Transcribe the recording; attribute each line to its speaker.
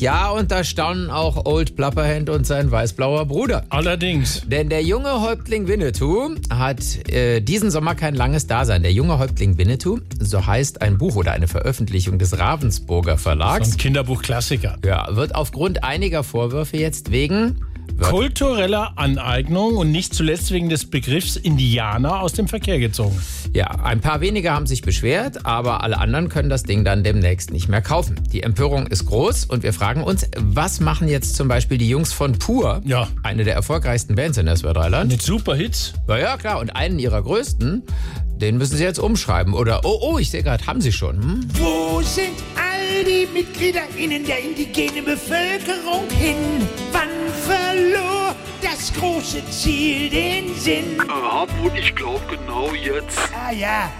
Speaker 1: Ja, und da staunen auch Old Plapperhand und sein weißblauer Bruder.
Speaker 2: Allerdings.
Speaker 1: Denn der junge Häuptling Winnetou hat äh, diesen Sommer kein langes Dasein. Der junge Häuptling Winnetou, so heißt ein Buch oder eine Veröffentlichung des Ravensburger Verlags,
Speaker 2: Ein Kinderbuchklassiker.
Speaker 1: ja, wird aufgrund einiger Vorwürfe jetzt wegen
Speaker 2: Kultureller Aneignung und nicht zuletzt wegen des Begriffs Indianer aus dem Verkehr gezogen.
Speaker 1: Ja, ein paar wenige haben sich beschwert, aber alle anderen können das Ding dann demnächst nicht mehr kaufen. Die Empörung ist groß und wir fragen uns, was machen jetzt zum Beispiel die Jungs von Pur,
Speaker 2: Ja.
Speaker 1: eine der erfolgreichsten Bands in Nordrhein-Land?
Speaker 2: Mit Superhits.
Speaker 1: Na ja, klar, und einen ihrer größten, den müssen sie jetzt umschreiben. Oder, oh, oh, ich sehe gerade, haben sie schon. Hm?
Speaker 3: Wo sind all die MitgliederInnen der indigenen Bevölkerung hin? Wann verlor das große Ziel den Sinn?
Speaker 4: Hartmut, ich glaube genau jetzt.
Speaker 3: Ah ja,